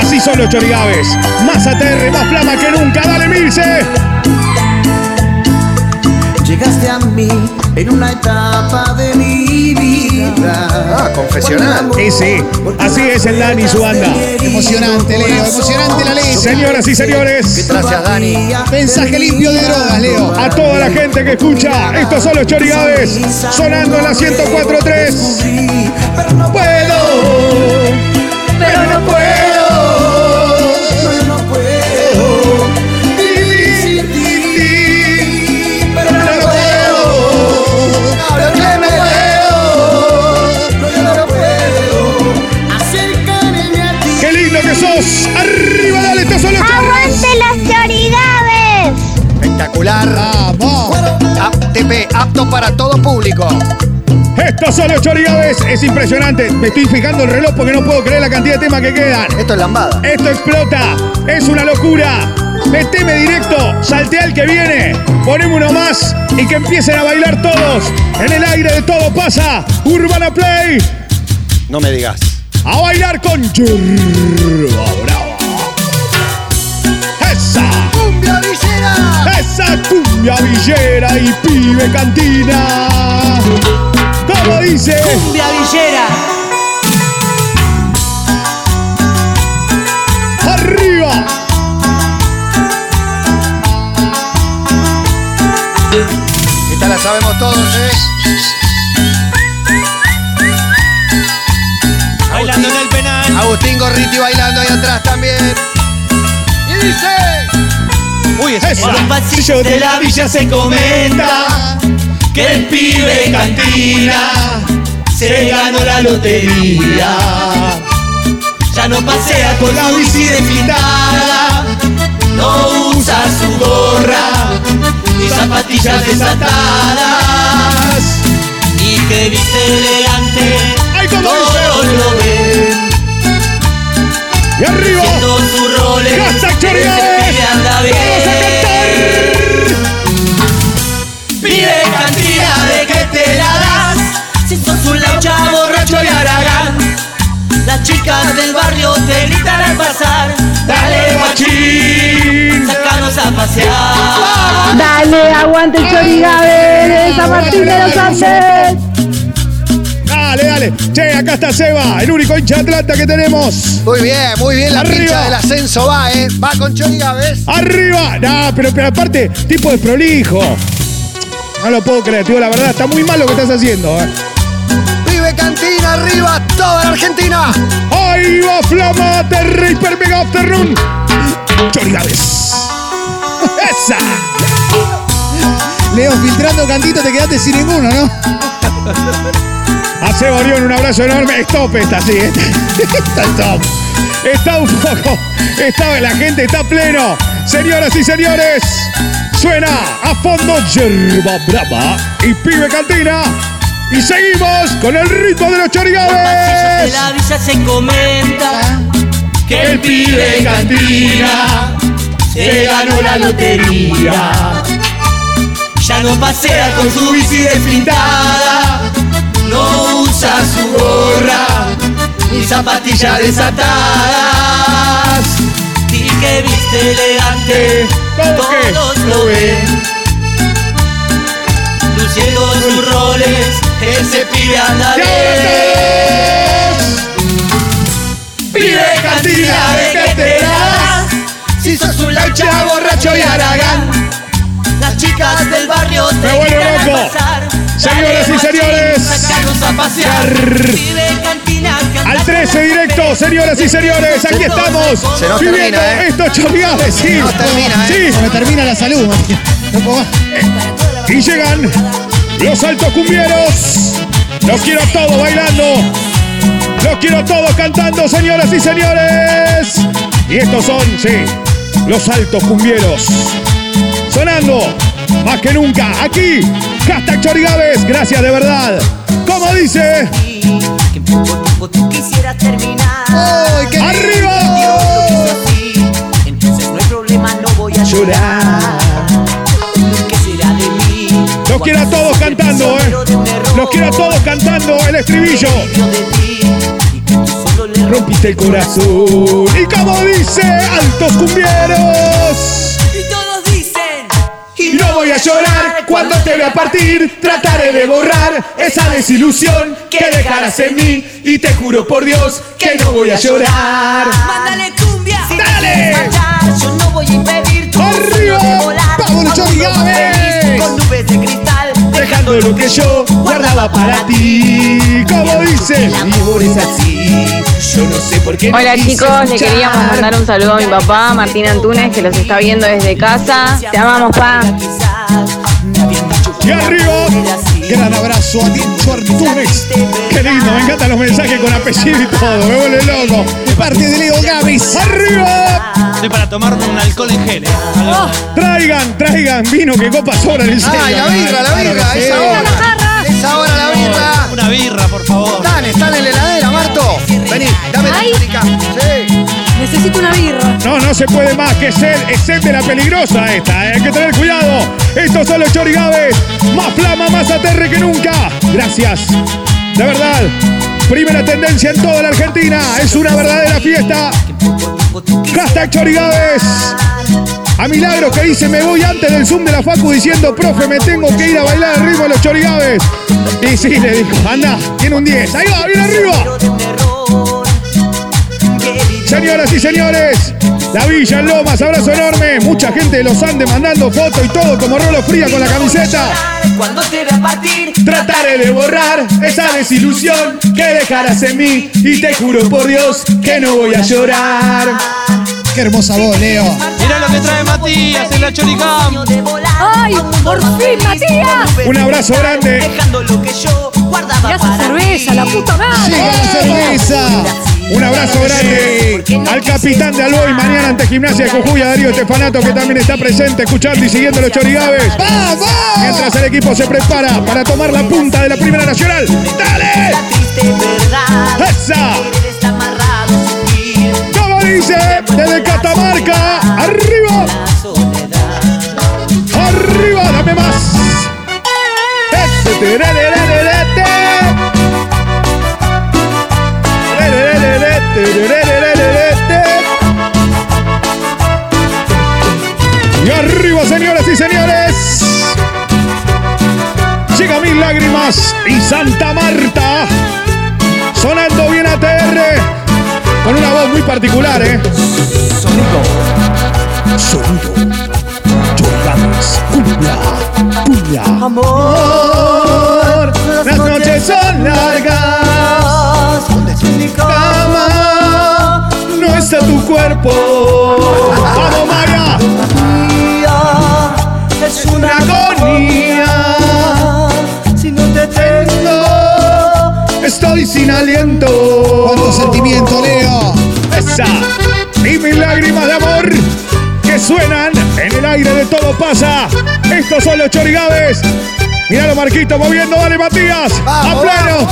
Así son los chorigaves. Más aterre, más flama que nunca. Dale, Milce.
Llegaste a mí en una etapa de mi vida.
Ah, confesional.
Sí, sí. Así es el Dani y su banda.
Emocionante, Leo. Emocionante la letra.
Señoras y señores.
Gracias, Dani.
Mensaje limpio de drogas, Leo.
A toda la gente que escucha, estos son los chorigaves sonando en la 104.3.
Pero no puedo. Pero no puedo. Pero no puedo. Vivir sin ti. Pero no puedo. Ahora que me veo. Pero no puedo. Acercarme a ti.
¡Qué lindo que sos! ¡Arriba, dale! ¡Estos son los chorros!
las chorigaves!
Ah.
Espectacular.
Vamos.
ATP, apto para todo público.
¡Estos son los chorigaves! Es impresionante. Me estoy fijando el reloj porque no puedo creer la cantidad de temas que quedan.
Esto es lambada.
Esto explota. Es una locura. Meteme directo. Saltea el que viene. Poneme uno más y que empiecen a bailar todos. En el aire de todo pasa. Urbana Play.
No me digas.
A bailar con Yerba Brava. ¡Esa!
Cumbia villera.
Esa cumbia villera y pibe cantina. ¿Cómo dice?
Cumbia villera.
¡Arriba!
Esta la sabemos todos, ¿eh?
Bailando en el penal.
Agustín Gorriti bailando ahí atrás también. Y dice.
Uy, es
Esa.
esa.
Los pasillos de la villa se comenta que el pibe cantina se ganó la lotería. Ya no pasea con la bici desfilada, no usa su gorra ni zapatillas desatadas. Y que viste elegante,
¡Ay, cómo
todos
dice!
lo ven.
¡Y arriba!
Haciendo su rol en
¡Casa
el
Chorigaves!
que anda bien.
¡Vamos a cantar!
Pide cantina de que te la das Si sos un laucha borracho y aragán Las chicas del barrio te gritan al pasar Dale guachín Sacanos a pasear
Dale, aguante el chorigabe, a Martín de los Andes.
Dale, dale. Che, acá está Seba, el único hincha de Atlanta que tenemos.
Muy bien, muy bien. La
Arriba.
pincha del ascenso va, ¿eh? Va con Chori Gávez.
¡Arriba! No, pero, pero aparte, tipo de prolijo. No lo puedo creer, tío, la verdad, está muy mal lo que estás haciendo. ¿eh?
Vive Cantina, arriba, toda la Argentina.
¡Ahí va Flama de Reaper Mega After Run! ¡Chorigaves! ¡Esa!
Leo, filtrando cantito te quedaste sin ninguno, ¿no?
A Seba Orión, un abrazo enorme. Stop esta, sí. Esta, esta es top. Está un poco. Está, la gente está pleno. Señoras y señores, suena a fondo Yerba Brava y Pibe Cantina. Y seguimos con el ritmo de los
De
chorigaves.
la villa se comenta Que el pibe cantina Se ganó la lotería Ya no pasea con su bici desflintada No usa su gorra Ni zapatillas desatadas Y que viste elegante
Toque.
Todos lo ven Luciendo sus roles Ese pibe anda bien Pibe cantina de que te das Si sos un laucha borracho y aragán Las chicas del barrio te
Me vuelvo
invitan a
loco.
pasar.
Señoras y
Dale, guachín,
señores.
Sacanos a pasear
Arr.
Pibe cantina
Al 13 directo, señoras y señores, aquí estamos.
Se nos
viviendo
termina, ¿eh?
estos chorigabes, sí.
nos termina, ¿eh?
Sí.
Me termina la salud. Martín. No puedo más.
Y llegan los altos cumbieros. Los quiero a todos bailando. Los quiero a todos cantando, señoras y señores. Y estos son, sí, los altos cumbieros. Sonando más que nunca aquí. Hashtag Chorigaves, gracias de verdad. Como dice.
Quisiera terminar.
¡Arriba!
Entonces no hay problema, no voy a llorar. ¿Qué será de mí?
Los quiero a todos cantando, ¿eh? Los quiero a todos cantando el estribillo. Rompiste el corazón. Y como dice, altos cumbieros.
Y todos dicen.
Y no voy a llorar cuando te vea partir. Trataré de borrar esa desilusión que dejarás en mí. Y te juro por Dios que no voy a llorar.
Mándale cumbia. Si te
Dale.
quieres marchar, yo no voy a impedir tu
¡Arriba!
deseo de volar.
¡Vamos,
A un
Chorigabe!
mundo feliz, Con nubes de cristal.
Dejando lo que yo guardaba para ti. Como dice, el amor es así. Yo no sé por qué. no
Hola
quise
chicos, le
escuchar.
queríamos mandar un saludo a mi papá, Martín Antunes, que los está viendo desde casa. Te amamos, pa.
Y arriba. Gran abrazo a Tincho Artúnez. Qué lindo, me encantan los mensajes con apellido y todo. Me vuelve loco.
Parte de Leo Gavis.
¡Arriba!
Estoy para tomarme un alcohol en gel. eh.
Oh.
Traigan, traigan vino que copas sobran en Eh, serio.
Ay, la birra, la birra, esa hora. Esa hora la birra.
Una birra, por favor.
Están, están en la heladera, Marto. Vení, dame la túnica. Sí.
Necesito una birra.
No, no se puede más que ser, es sed de la peligrosa esta, eh. hay que tener cuidado. Estos son los chorigaves, más flama, más aterre que nunca. Gracias, de verdad. Primera tendencia en toda la Argentina, es una verdadera fiesta. Hashtag chorigaves. A Milagro que dice, me voy antes del Zoom de la Facu diciendo, profe, me tengo que ir a bailar al ritmo de los chorigaves. Y sí, le dijo, anda, tiene un 10. Ahí va, viene arriba. Señoras y señores, la Villa en Lomas, abrazo enorme. Mucha gente de los Andes mandando fotos y todo como Rolo Fría con la camiseta.
Cuando te vea partir.
Trataré de borrar esa desilusión que dejarás en mí. Y te juro por Dios que no voy a llorar.
Qué hermosa voz, Leo.
Mirá lo que trae Matías en la Choricam.
¡Ay, por fin, Matías!
Un abrazo grande.
Dejando lo que yo guardaba
¡Ya hace
para
cerveza, la puta madre!
Llega la cerveza.
Un abrazo grande al capitán de Alboy mañana ante Gimnasia de Jujuy, a Darío Estefanato que también está presente escuchando y siguiendo los chorigaves.
¡Vamos!
Mientras el equipo se prepara para tomar la punta de la Primera Nacional. ¡Dale!
triste verdad.
¡Esa!
Querer está amarrado a sufrir
¿Cómo dice? Desde Catamarca. ¡Arriba!
la soledad.
¡Arriba! ¡Dame más! Y arriba, señoras y señores. Llega Mil Lágrimas y Santa Marta. Sonando bien ATR. Con una voz muy particular, ¿eh?
Sonico.
Sonido. Chorigabes. Cumbia. Cumbia.
Amor,
Las noches son largas.
En mi cama no está tu cuerpo.
¡Vamos, Maya!
Día Es una agonía. Si no te tengo, estoy sin aliento.
¡Cuánto sentimiento, Leo!
¡Esa! Y mis lágrimas de amor que suenan en el aire de todo pasa. Estos son los chorigaves. Míralo, Marquito, moviendo. Dale, Matías. ¡A pleno!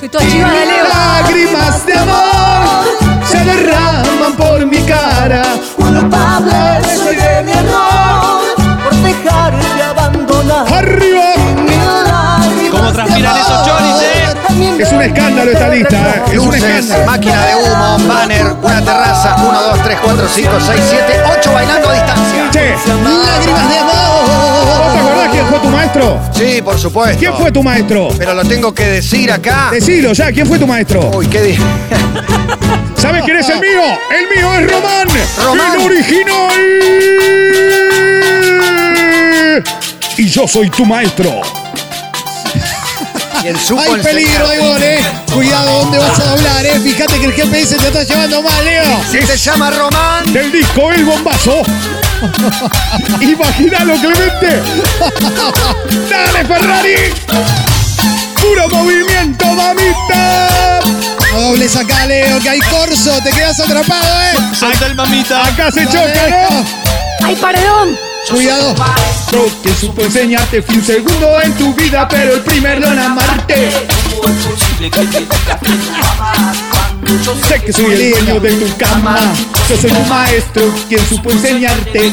Estoy toda chivada, Leo.
Lágrimas de amor se derraman por mi cara.
Culpable soy de mi error por dejarte abandonar.
¡Arriba!
Mil lágrimas
¿Cómo
de
transpiran
amor.
esos choris, eh?
También
Es un escándalo esta lista, ¿eh? Es un
Luces,
escándalo.
máquina de humo, banner, una terraza. 1, 2, 3, 4, 5, 6, 7, 8 bailando a distancia.
Che,
Lágrimas de
¿vos te
amor.
acordás quién fue tu maestro?
Sí, por supuesto.
¿Quién fue tu maestro?
Pero lo tengo que decir acá.
Decilo ya, ¿quién fue tu maestro?
Uy, qué di-
¿Sabes quién es el mío? El mío es Román.
Román.
El original. Y yo soy tu maestro.
Quien supo
Hay
el
peligro de
señor.
gol, eh. Cuidado dónde vas a doblar, eh. Fíjate que el GPS te está llevando mal, Leo.
Si se llama Román.
Del disco El Bombazo. Imagínalo, Clemente. Dale, Ferrari. Puro movimiento, mamita.
No dobles acá, Leo, que hay corso. Te quedas atrapado, eh.
Salta el mamita.
Acá se
No,
choca,
Leo.
¿no?
¡Ay, paredón!
Cuidado.
Yo que supo enseñarte fui un segundo en tu vida, pero el primero en amarte. Sé que soy el dueño de tu cama, sos el maestro quien supo enseñarte.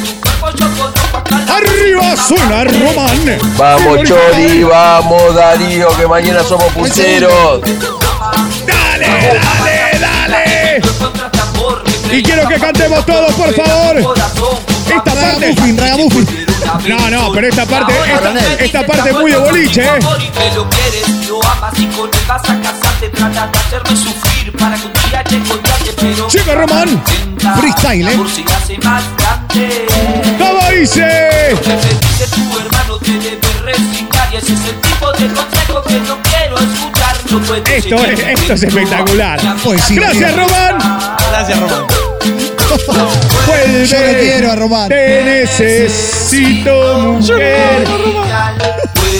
Arriba suena Román.
Vamos, Chori, vamos, Darío, que mañana somos punteros.
Dale, dale, dale. Y quiero que cantemos todos, por favor. Esta parte.
Ragamuffin, Ragamuffin.
No, no, pero esta parte, esta, esta parte es muy de boliche, eh. Llega Román.
Freestyle, eh.
¿Cómo dice? Esto es, esto es espectacular.
Poesía.
Gracias, Román.
Gracias, Román.
Vuelve.
Yo lo quiero a Román.
Te necesito, mujer.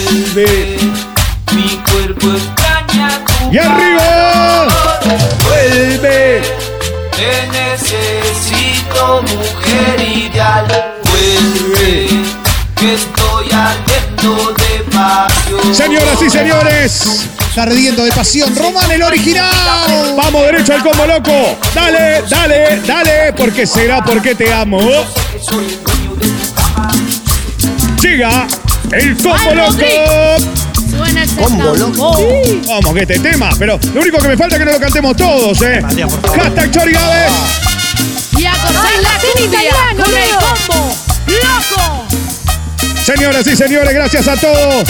Vuelve.
Mi cuerpo extraña tu
Y arriba. Vuelve.
Te necesito, mujer ideal. Vuelve, que estoy ardiendo de pasión.
Señoras y señores,
Está ardiendo de pasión. Román, el original.
vamos derecho al combo loco. Dale, dale, dale, porque será porque te amo. Llega el combo loco.
Combo, loco.
Vamos, que este tema, pero lo único que me falta es que no lo cantemos todos, ¿eh?
Matías, por favor.
Hashtag Chori Gávez.
Y a cortar la cumbia con el combo. ¡Loco!
Señoras y señores, gracias a todos.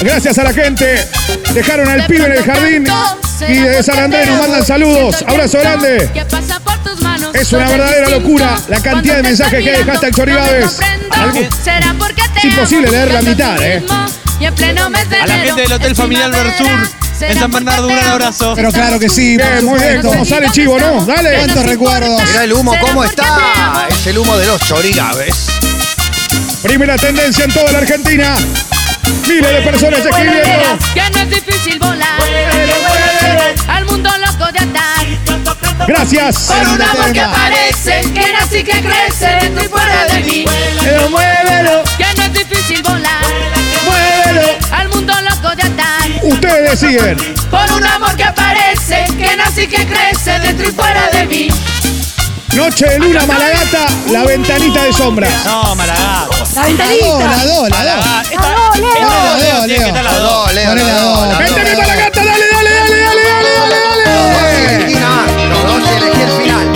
Gracias a la gente. Dejaron al pibe en el jardín y de San Andrés nos mandan saludos. Abrazo grande.
Es una verdadera locura la cantidad de mensajes que hay de hashtag Chorigaves.
Algo-
Es imposible leer la mitad, ¿eh?
A la gente del Hotel Familiar Versur, en San Bernardo, un gran abrazo.
Pero claro que sí, por
Bien, muy bien,
supuesto.
como sale chivo, ¿no? Dale.
¿Cuántos recuerdos?
Mirá el humo, ¿cómo está? Es el humo de los chorigaves.
Primera tendencia en toda la Argentina. Miles de personas escribiendo.
Ya no es difícil volar. Al mundo loco de atar.
Gracias.
Por un amor que aparece, que nace y que crece dentro y fuera de mí.
Pero muévelo,
Ya no es difícil volar.
muévelo.
Al mundo loco de atar.
Ustedes deciden.
Por un amor que aparece, que nace y que crece dentro y fuera de mí.
Noche de luna, Malagata, la ventanita de sombras.
No, Maragato.
La
La dos, la dos, la
Ah,
dos.
esta-
Ponela, Leo,
tiene que estar la
Leo.
dos.
No, Leo,
Ponela,
no,
no,
no,
no.
no.
¡Vente mi Malagata! ¡Dale, dale, dale, dale, dale, dale, dale! dale!
Argentina más. Los dos elegí el final.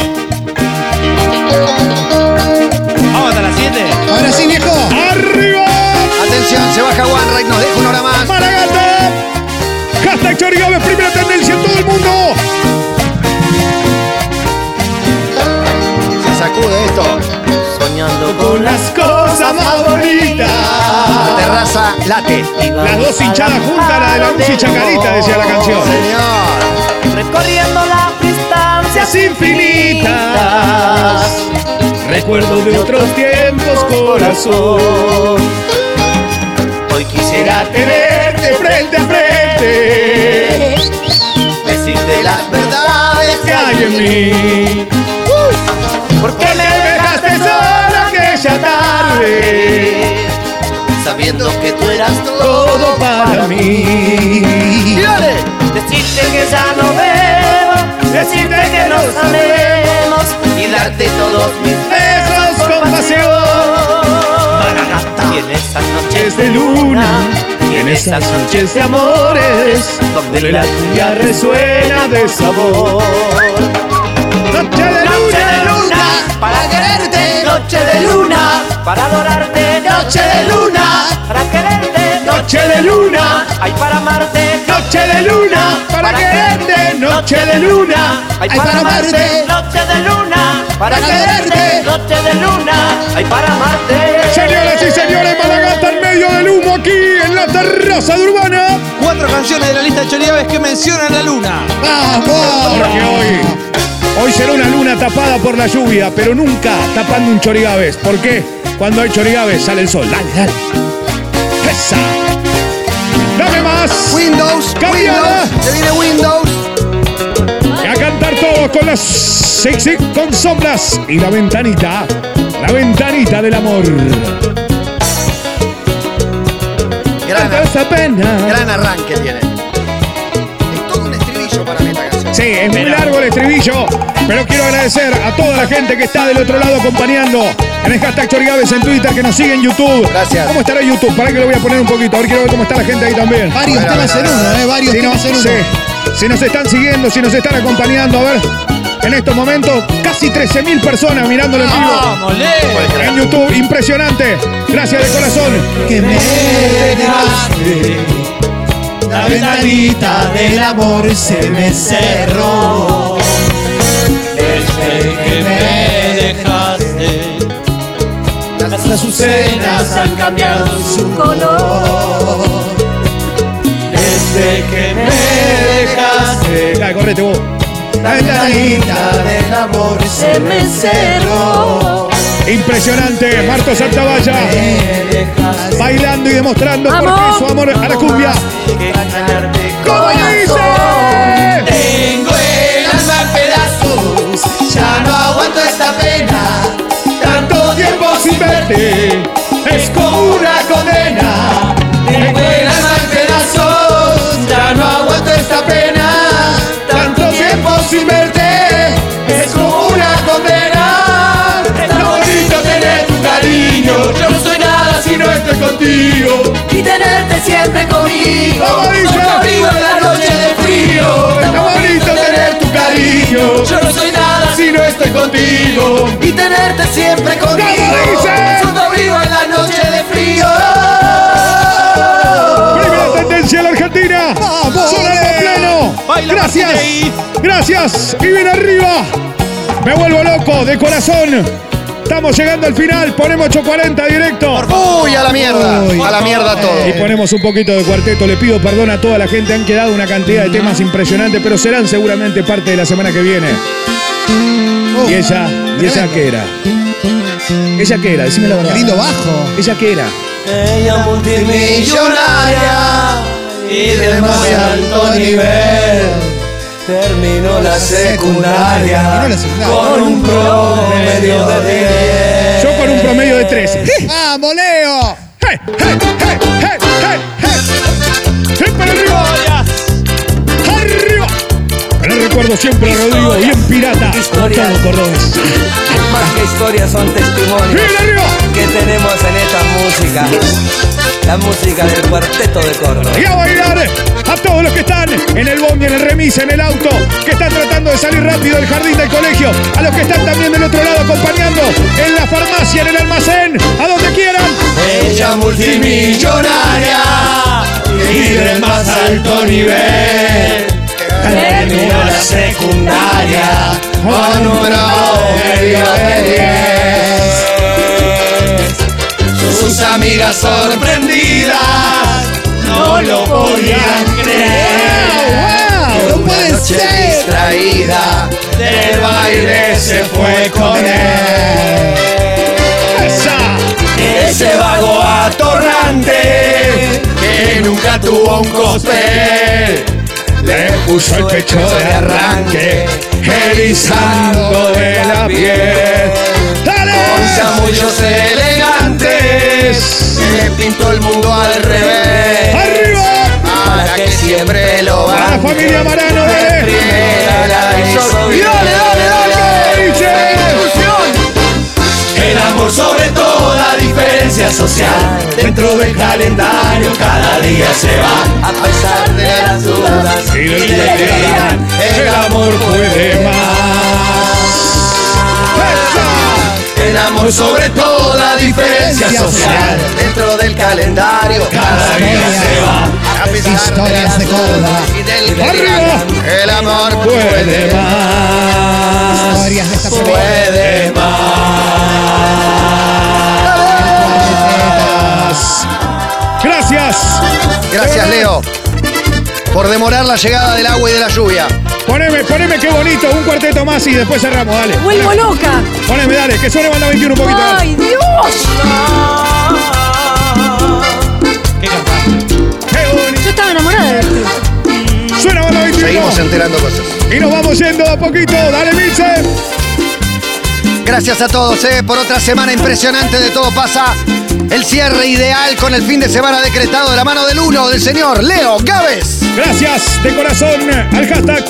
Vamos hasta las 7.
Ahora sí, viejo.
¡Arriba!
Atención, se baja One nos deja una hora más.
¡Malagata! Hashtag Chori Gávez, primera tendencia en todo el mundo.
Se sacude esto.
Soñando
Con las cosas más
La
bonitas.
terraza late.
Las dos hinchadas juntas, la de la luz y chacarita, decía la canción.
Señor.
Recorriendo las distancias infinitas.
Recuerdo de otros tiempos, corazón.
Hoy
Será tenerte frente a frente.
decirte
Las verdades
que hay en mí. Porque me dejaste sola aquella tarde.
sabiendo que tú eras
Todo para mí.
Decirte que ya no vemos, decirte que nos amemos y darte todos mis
Besos con pasión.
gata.
Y en esas noches
Noches de luna. Y en esas noches de amores. Donde la tuya resuena de sabor. Noche de
Noche
luna.
de luna para quererte, noche de luna para adorarte, noche de luna para quererte,
Noche de luna.
hay para amarte,
Noche de luna. Para quererte. Noche de luna.
hay
Ay, para
para amarte,
amarte.
noche de luna para
Para
quererte,
quererte.
noche de luna hay para amarte.
Señoras y señores, Malagata en medio del humo aquí en la terraza de Urbana.
canciones de la lista de Chorigaves que mencionan la luna.
Porque hoy, hoy será una luna tapada por la lluvia, pero nunca tapando un chorigaves. ¿Por qué? Cuando hay chorigaves sale el sol. Dale, dale. Esa. Dame más.
Windows,
Cambiada.
Windows, se viene Windows.
Y a cantar todos con las sí, sí, con sombras y la ventanita. La ventanita del amor.
Gran,
Esa pena.
gran arranque tiene. Es todo un estribillo para mí esta canción.
Sí, es muy largo el estribillo, pero quiero agradecer a toda la gente que está del otro lado acompañando en el hashtag Chorigaves en Twitter, que nos sigue en YouTube.
Gracias.
¿Cómo estará YouTube? Para que lo voy a poner un poquito, a ver, quiero ver cómo está la gente ahí también.
Varios
Bueno,
temas
bueno,
en uno, ¿eh? Varios
Si no-
temas en uno.
sí. si nos están siguiendo, si nos están acompañando, a ver, en estos momentos, casi 13.000 personas mirándolo en
Ah,
vivo.
¡Vamos, Leo!
En YouTube, impresionante. Gracias de corazón.
Que me
dejaste. La ventanita del amor se me cerró. Desde que me dejaste, las azucenas han cambiado su color. Desde que me dejaste,
Dale, correte vos.
la ventanita del amor se me cerró.
Impresionante, Marto Santavalla
Me dejaste
bailando y demostrando por qué su amor a la cumbia.
que extrañarte
¿Cómo dice?
Tengo el alma en pedazos, ya no aguanto esta pena. Tanto tiempo sin verte, es como una condena. Tengo el alma en pedazos, ya no aguanto esta pena. Tanto tiempo sin verte, es como una condena. Es tan bonito tener tu cariño, yo no soy nada si no estoy contigo. Y tenerte siempre conmigo,
Como dice.
soy tu abrigo en la noche de frío.
Está bonito tener tu cariño.
Yo no soy nada si no estoy contigo Y tenerte siempre conmigo
dice?
Soy tu abrigo en la noche de frío
Primera tendencia de la Argentina. Sonando a pleno.
Baila,
Gracias.
Martínez.
Gracias. Y bien arriba. Me vuelvo loco de corazón. Estamos llegando al final. Ponemos 840 directo.
Uy, a la mierda.
Uy.
a la mierda todo.
Y ponemos un poquito de cuarteto. Le pido perdón a toda la gente. Han quedado una cantidad de temas impresionantes, pero serán seguramente parte de la semana que viene.
Oh,
¿Y ella? ¿Y ella
tremendo.
qué era? ¿Ella qué era? Decime la
Qué
verdad.
lindo bajo.
¿Ella qué era?
Ella multimillonaria Y de muy alto nivel Terminó la
Terminó
secundaria
la secundaria.
Con un promedio de 10
Yo con un promedio de 13.
¡Vamos, Leo!
¡Hey, hey, hey, hey, hey, hey! ¡Sí, para arriba! ¡Arriba! Le recuerdo siempre a Rodrigo, bien pirata,
Historia.
todo cordobés.
Más que historias son testimonios
¡Bien arriba!
que tenemos en esta música. La música del cuarteto de Córdoba.
Y a bailar a todos los que están en el bondi, en el remis, en el auto, que están tratando de salir rápido del jardín del colegio, a los que están también del otro lado acompañando, en la farmacia, en el almacén, a donde quieran.
Ella multimillonaria y del más alto nivel. Terminó la secundaria con un promedio de 10. Sus amigas sorprendidas no lo podían creer.
¡Wow! ¡No
Una
puede
noche
ser!
distraída del baile se fue con él
¡Esa!
ese vago atorrante que nunca tuvo un cospel. Le puso el pecho de arranque, erizando de la piel. Con
¡Dale!
chamullos elegantes, le pintó el mundo al revés.
¡Arriba!
Para que siempre lo
A la
banque.
familia Marano, dale.
De primera la hizo. Y dale, dale, dale.
¡Dice!
El amor sobre toda diferencia social. Dentro del calendario cada día se va. A pesar de las dudas
Y del que dirán, el amor puede más.
El amor sobre toda diferencia social. Dentro del calendario cada día se va. A pesar de
Historias
las
de Córdoba.
dudas y del que
¡Arriba!
dirán, El amor puede
Puede
más.
Historias de esta
Puede más.
Gracias.
Gracias, Leo. por demorar la llegada del agua y de la lluvia.
Poneme, poneme qué bonito, un cuarteto más y después cerramos, dale.
Vuelvo loca.
Poneme, dale, que suene banda 21 un poquito. dale.
¡Ay, Dios!
¡Qué bonito!
Yo estaba enamorada de este.
Suena banda 21.
Seguimos enterando cosas.
Y nos vamos yendo a poquito. Dale, Milce.
Gracias a todos eh, por otra semana impresionante de Todo Pasa. El cierre ideal con el fin de semana decretado de la mano del uno, del señor Leo Gávez.
Gracias de corazón al hashtag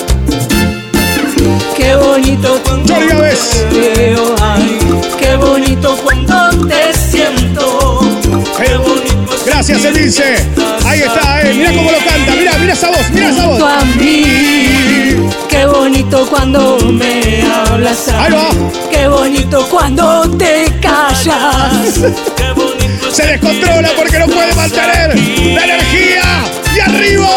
Qué bonito cuando
Johnny Gávez.
te veo, ay, qué bonito cuando te siento. Qué bonito es
Gracias,
sentir que
Emilce.
estás
Ahí está, eh. Mirá cómo lo canta. Mirá, mirá esa voz, mirá esa
junto
voz.
a mí. Qué bonito cuando me hablas a
Ahí va.
mí. Qué bonito cuando te callas. Qué bonito es
Se descontrola porque no puede mantener la energía. Y arriba.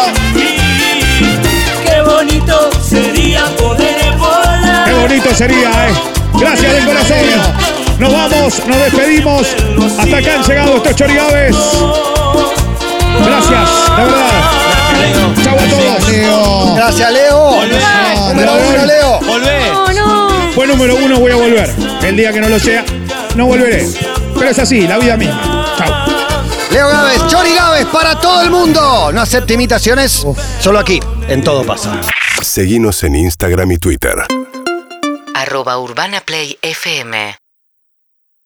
Qué bonito sería poder volar.
Qué bonito sería, eh. Gracias de corazón. Nos vamos, nos despedimos. Hasta acá han llegado estos chorigaves. Gracias, de verdad. Chau a todos.
Leo.
Gracias, Leo.
No,
Número
no,
uno,
no.
Leo.
Volvé.
No, no.
Fue número uno, voy a volver. El día que no lo sea, no volveré. Pero es así, la vida misma. Chau.
Leo Gávez, Chori Gávez para todo el mundo. No acepte imitaciones, solo aquí, en Todo Pasa.
Seguinos en Instagram y Twitter.
Arroba Urbana Play FM